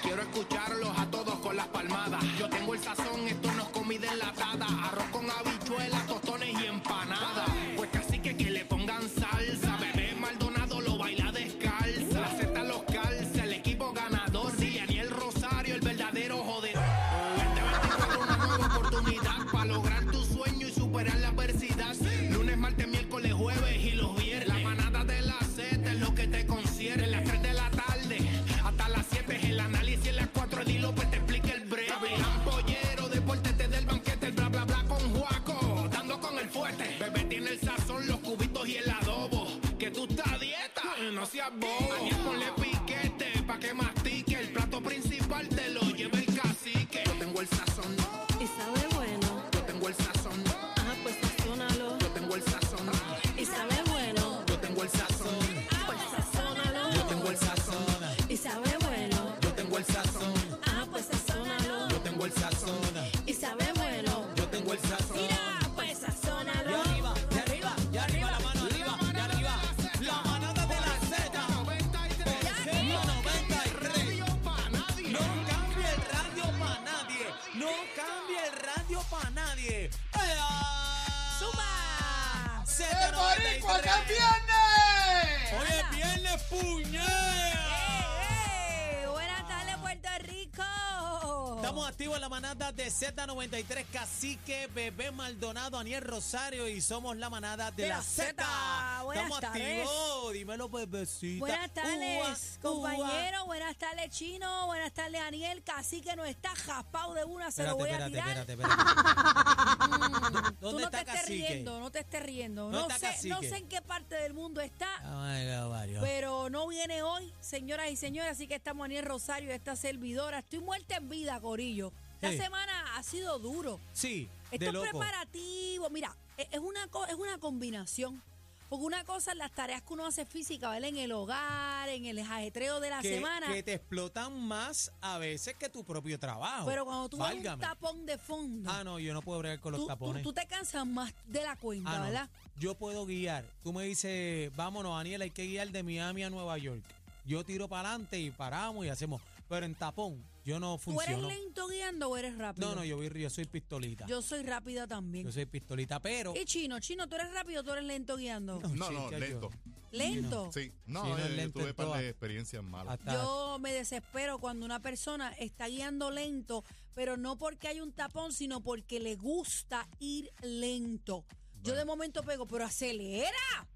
Quiero escucharlos a todos con las palmadas. Yo tengo el sazón, esto no es comida enlatada. Arroz con habichuelas, tostones y empanadas. Pues casi que que le pongan salsa. Bebé Maldonado lo baila descalza. La Z los calza, el equipo ganador. Sí, Daniel Rosario, el verdadero jodedor. Este 24 una nueva oportunidad para lograr tu sueño y superar la adversidad. Lunes, martes, miércoles, jueves y los viernes. La manada de la Z es lo que te concierne. Las 3 de la tarde hasta las 7 es el análisis. En las 4 Di López te explica el breve. Gavilán Pollero, depórtete del banquete. El bla bla bla con Juaco, dando con el fuerte. Bebé tiene el sazón, los cubitos y el adobo. Que tú estás a dieta, no seas bobo. Daniel, ponle piquete pa' que mastique. El plato principal te lo lleva el cacique. Yo tengo el sazón, Y sabe bueno, yo tengo el sazón, ajá, pues sazónalo. yo tengo el sazón, Y sabe bueno, yo tengo el sazón, ah, pues sazónalo. yo tengo el sazón, Y sabe bueno, yo tengo el sazón, ajá, pues sazónalo. yo tengo el sazón, Y sabe bueno, yo tengo el sazón. mira, pues sazónalo. Y arriba, y arriba, la mano arriba, y arriba. La manada de la Z. 93. No cambie el radio para nadie. No cambie el radio para nadie. ¡Suba! ¡El boricua que es viernes! Hoy es viernes, puñal. ¡Eh! Buenas tardes, Puerto Rico. Estamos activos en la manada de Z93, Cacique, Bebé Maldonado, Aniel Rosario y somos la manada de, De la la Z. Zeta. Buenas Estamos tardes. activos, dímelo bebecita. Buenas tardes, Ua, ua. compañero. Buenas tardes, Chino. Buenas tardes, Daniel. Casi que no está jaspado de una, se Espérate, lo voy a espérate, tirar. espérate, espérate. ¿Dónde Tú no está te estés Cacique? riendo, no te estés riendo. ¿Dónde No está sé, no Cacique? Ah, sé en qué parte del mundo está, Ay, Dios, Mario. pero no viene hoy, señoras y señores. Así que estamos Daniel Rosario, esta servidora. Estoy muerta en vida, Corillo. Esta Sí. semana ha sido duro. Sí, de Estos loco. preparativos, mira, e- es una, co- es una combinación. Porque una cosa es las tareas que uno hace física, ¿verdad? En el hogar, en el ajetreo de la que, semana. que te explotan más a veces que tu propio trabajo. pero cuando tú ves un Válgame. tapón de fondo, Ah, no, yo no puedo bregar con los tú, tú, tapones. tú te cansas más de la cuenta, Ah, no. ¿verdad? Yo puedo guiar. Tú me dices, vámonos, Daniel, hay que guiar de Miami a Nueva York. Yo tiro para adelante y paramos y hacemos. Pero en tapón, yo no ¿Tú funciono. eres lento guiando o eres rápido? No, no, yo voy río, soy pistolita. Yo, Yo soy rápida también. soy pistolita, pero. Y chino, chino, ¿tú eres rápido o tú eres lento guiando? No, Sí, no, ya lento. ¿Lento? Sí, no, Sí, no, eh, yo lento en tuve par todas. de experiencias malas. Hasta- Yo me desespero cuando una persona está guiando lento, pero no porque hay un tapón, sino porque le gusta ir lento. Yo Bueno. de momento pego, pero acelera.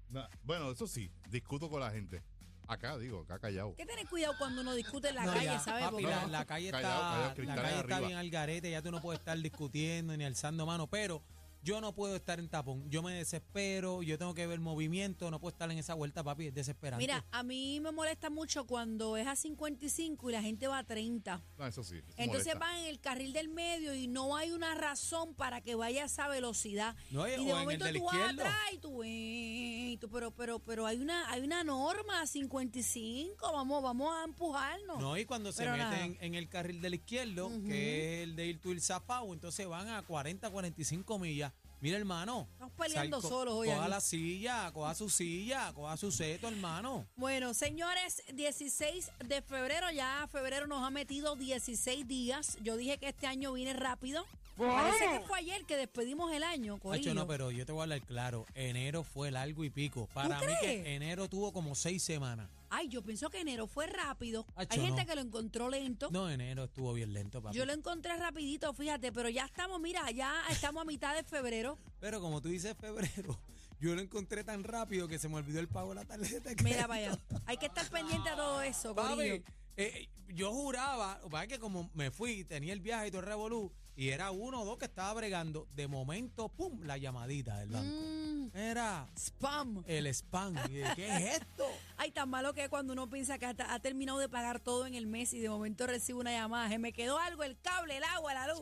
Na- bueno, eso sí, discuto con la gente. Acá, digo, acá callado. Hay que tener cuidado cuando uno discute en la No, calle, ya, ¿sabes? papi, Porque- la, la calle está, Callado, callado, la cristales calle está arriba. bien al garete, ya tú no puedes estar discutiendo ni alzando mano, pero yo no puedo estar en tapón. Yo me desespero, yo tengo que ver movimiento, no puedo estar en esa vuelta, papi, es desesperante. Mira, a mí me molesta mucho cuando es a 55 y la gente va a 30. No, eso sí. eso Entonces molesta. van en el carril del medio y no hay una razón para que vaya a esa velocidad. No, oye, y de o en el momento del tú vas izquierdo. atrás y tú, eh, y tú, pero, pero, pero hay una, hay una norma 55, vamos, vamos a empujarnos. No, y cuando se Pero meten en el carril del izquierdo, Ujú. que es el de ir tú el zapau, entonces van a 40, 45 millas. Mira, hermano. Estamos peleando sal- co- solos hoy Coja aquí. la silla, coja su silla, coja su seto, hermano. Bueno, señores, 16 de febrero, ya febrero nos ha metido 16 días. Yo dije que este año viene rápido. Parece que fue ayer que despedimos el año, Hacho, corillo. no, pero yo te voy a hablar claro. Enero fue largo y pico. Para mí crees? que enero tuvo como seis semanas. Ay, yo pienso que enero fue rápido. Hacho, Hay gente no. que lo encontró lento. No, enero estuvo bien lento, papi. Yo lo encontré rapidito, fíjate, pero ya estamos, mira, ya estamos a mitad de febrero. Pero como tú dices, febrero, yo lo encontré tan rápido que se me olvidó el pago de la tarjeta. de Mira, crédito. vaya, hay que estar pendiente a todo eso, Papi, corillo. eh, yo juraba, lo que pasa es que como me fui, tenía el viaje y todo el revolú, Y era uno o dos que estaba bregando. De momento, ¡pum! La llamadita del banco. Mm. Era Spam. el spam. Y de, ¿Qué es esto? Ay, tan malo que es cuando uno piensa que hasta ha terminado de pagar todo en el mes y de momento recibe una llamada. Se me quedó algo, el cable, el agua, la luz.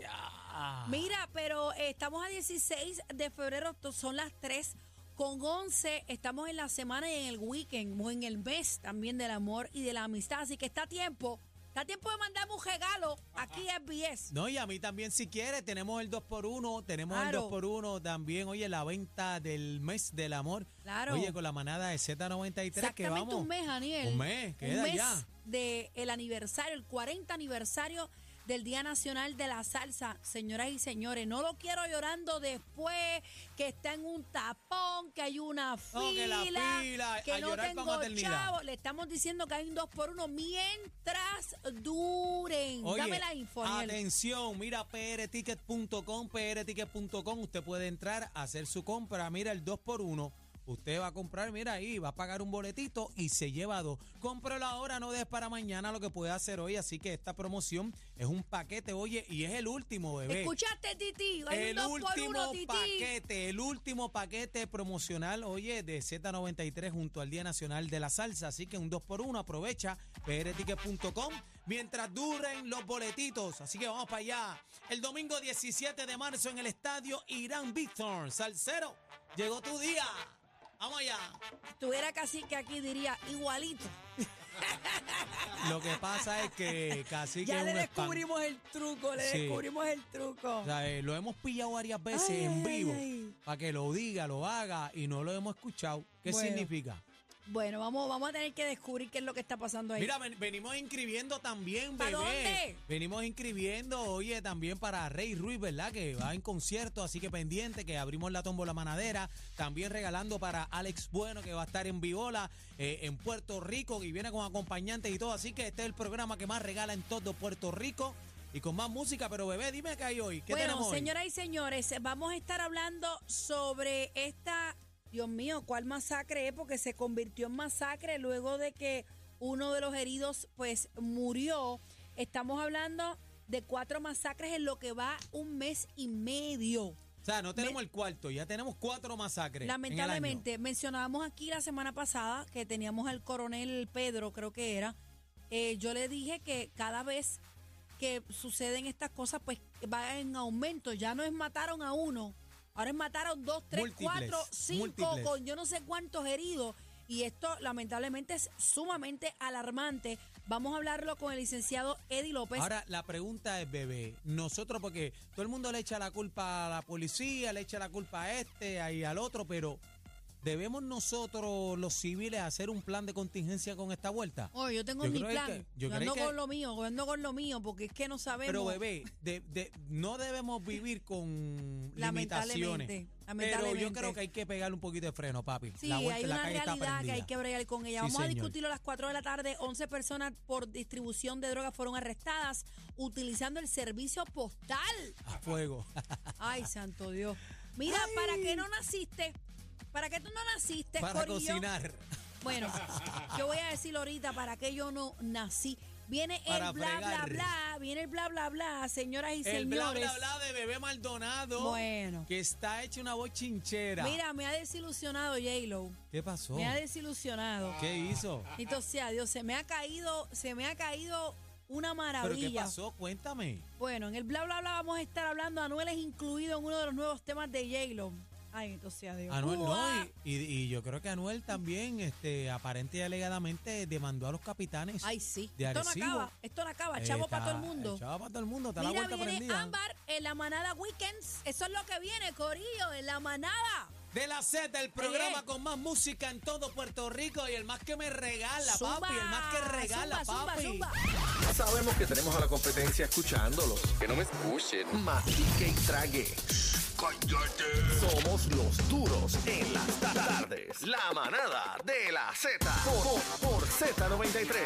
Mira, pero eh, estamos a 16 de febrero, to- son las 3 con 11. Estamos en la semana y en el weekend, o en el mes también del amor y de la amistad. Así que está a tiempo, está a tiempo de mandarme un regalo aquí en BS. No, y a mí también si quieres, tenemos el 2x1, tenemos Claro. el 2x1 también, oye, la venta del mes del amor. Claro. Oye, con la manada de Z93 que Exactamente vamos. un mes, Daniel. Un mes, queda un mes ya. de el aniversario, el 40 aniversario del Día Nacional de la Salsa, señoras y señores. No lo quiero llorando después, que está en un tapón, que hay una fila, No, que la fila, que a no llorar pa' tengo maternidad. chavo. Le estamos diciendo que hay un 2 por 1 mientras duren. Oye, Dame la info, Daniel. atención, mira prticket.com, prticket.com, usted puede entrar a hacer su compra, mira el 2x1. Usted va a comprar, mira ahí, va a pagar un boletito y se lleva dos. Cómpralo ahora, no dejes para mañana lo que puede hacer hoy. Así que esta promoción es un paquete, oye, y es el último, bebé. ¿Escuchaste, Titi? Hay El un 2 por 1, último Titi. paquete, el último paquete promocional, oye, de Z93 junto al Día Nacional de la Salsa. Así que un 2x1, aprovecha prticket.com mientras duren los boletitos. Así que vamos para allá. El domingo 17 de marzo en el estadio Irán Víctor. Salcero, llegó tu día. Vamos allá. Estuviera casi que aquí diría igualito. Lo que pasa es que casi que ya es le un spam. descubrimos el truco, le Sí. descubrimos el truco. O sea, eh, lo hemos pillado varias veces Ay, en ay, vivo ay. para que lo diga, lo haga y no lo hemos escuchado. ¿Qué Bueno. significa? Bueno, vamos, vamos a tener que descubrir qué es lo que está pasando ahí. Mira, ven- venimos inscribiendo también, bebé. ¿Para dónde? Venimos inscribiendo, oye, también para Rey Ruiz, ¿verdad? Que va en concierto, así que pendiente, que abrimos la tómbola manadera. También regalando para Alex Bueno, que va a estar en Viola, eh, en Puerto Rico, y viene con acompañantes y todo. Así que este es el programa que más regala en todo Puerto Rico. Y con más música, pero bebé, dime qué hay hoy. ¿Qué bueno, tenemos hoy? señoras y señores, vamos a estar hablando sobre esta, Dios mío, cuál masacre es, porque se convirtió en masacre luego de que uno de los heridos pues murió. Estamos hablando de cuatro masacres en lo que va un mes y medio. O sea, no tenemos el cuarto, ya tenemos cuatro masacres. en el año. Lamentablemente, mencionábamos aquí la semana pasada que teníamos al coronel Pedro, creo que era. Eh, yo le dije que cada vez que suceden estas cosas, pues va en aumento. Ya no es mataron a uno, ahora es mataron dos, tres, Múltiples, cuatro, cinco, múltiples. con yo no sé cuántos heridos. Y esto lamentablemente es sumamente alarmante. Vamos a hablarlo con el licenciado Eddie López. Ahora, la pregunta es, bebé, nosotros, porque todo el mundo le echa la culpa a la policía, le echa la culpa a este ahí al otro, pero ¿debemos nosotros, los civiles, hacer un plan de contingencia con esta vuelta? Oh, yo tengo yo mi creo que- plan. yo yo creo ando que- con lo mío, yo ando con lo mío, porque es que no sabemos. Pero, bebé, de- de- no debemos vivir con Lamentablemente, limitaciones. Pero yo lamentablemente. creo que hay que pegarle un poquito de freno, papi. Sí, la vuelta hay en la una calle está realidad que hay prendida. que bregar con ella. Sí, Vamos a señor. discutirlo a las 4 de la tarde. 11 personas por distribución de drogas fueron arrestadas utilizando el servicio postal. A fuego. Ay, santo Dios. Mira, ¿para qué no naciste? ¿Para qué tú no naciste, Para Corillo? cocinar. Bueno, yo voy a decir ahorita para qué yo no nací. Viene Para el bla, bla, fregar. bla. Viene el bla, bla, bla, señoras y El bla, señores. bla, bla de bebé Maldonado. Bueno. Que está hecha una bochinchera. Mira, me ha desilusionado J-Lo. ¿Qué pasó? Me ha desilusionado. ¿Qué hizo? Entonces, sea Dios, se me ha caído, se me ha caído una ¿Pero qué maravilla. pasó? Cuéntame. Bueno, en el bla bla bla vamos a estar hablando. Anuel es incluido en uno de los nuevos temas de J-Lo. Ay, entonces sea Dios. Anuel no, Ua. y, y- y yo creo que Anuel también, este, aparente y alegadamente, demandó a los capitanes. Ay, sí. De Esto no Arecibo. acaba, esto no acaba, Eh, chavo está- para todo el mundo. Chavo para todo el mundo, está la Mira, vuelta viene prendida. Ámbar en la manada Weekends. Eso es lo que viene, Corillo, en la manada. De la Z, Eh. el programa Oye. con más música en todo Puerto Rico y el más que me regala, Zumba, papi, el más que regala, zumba, papi. zumba, zumba. Sabemos que tenemos a la competencia escuchándolos. Que no me escuchen. Mastique y trague. Somos los duros en las ta- tardes. La manada de la Z. Por, por- por Z93.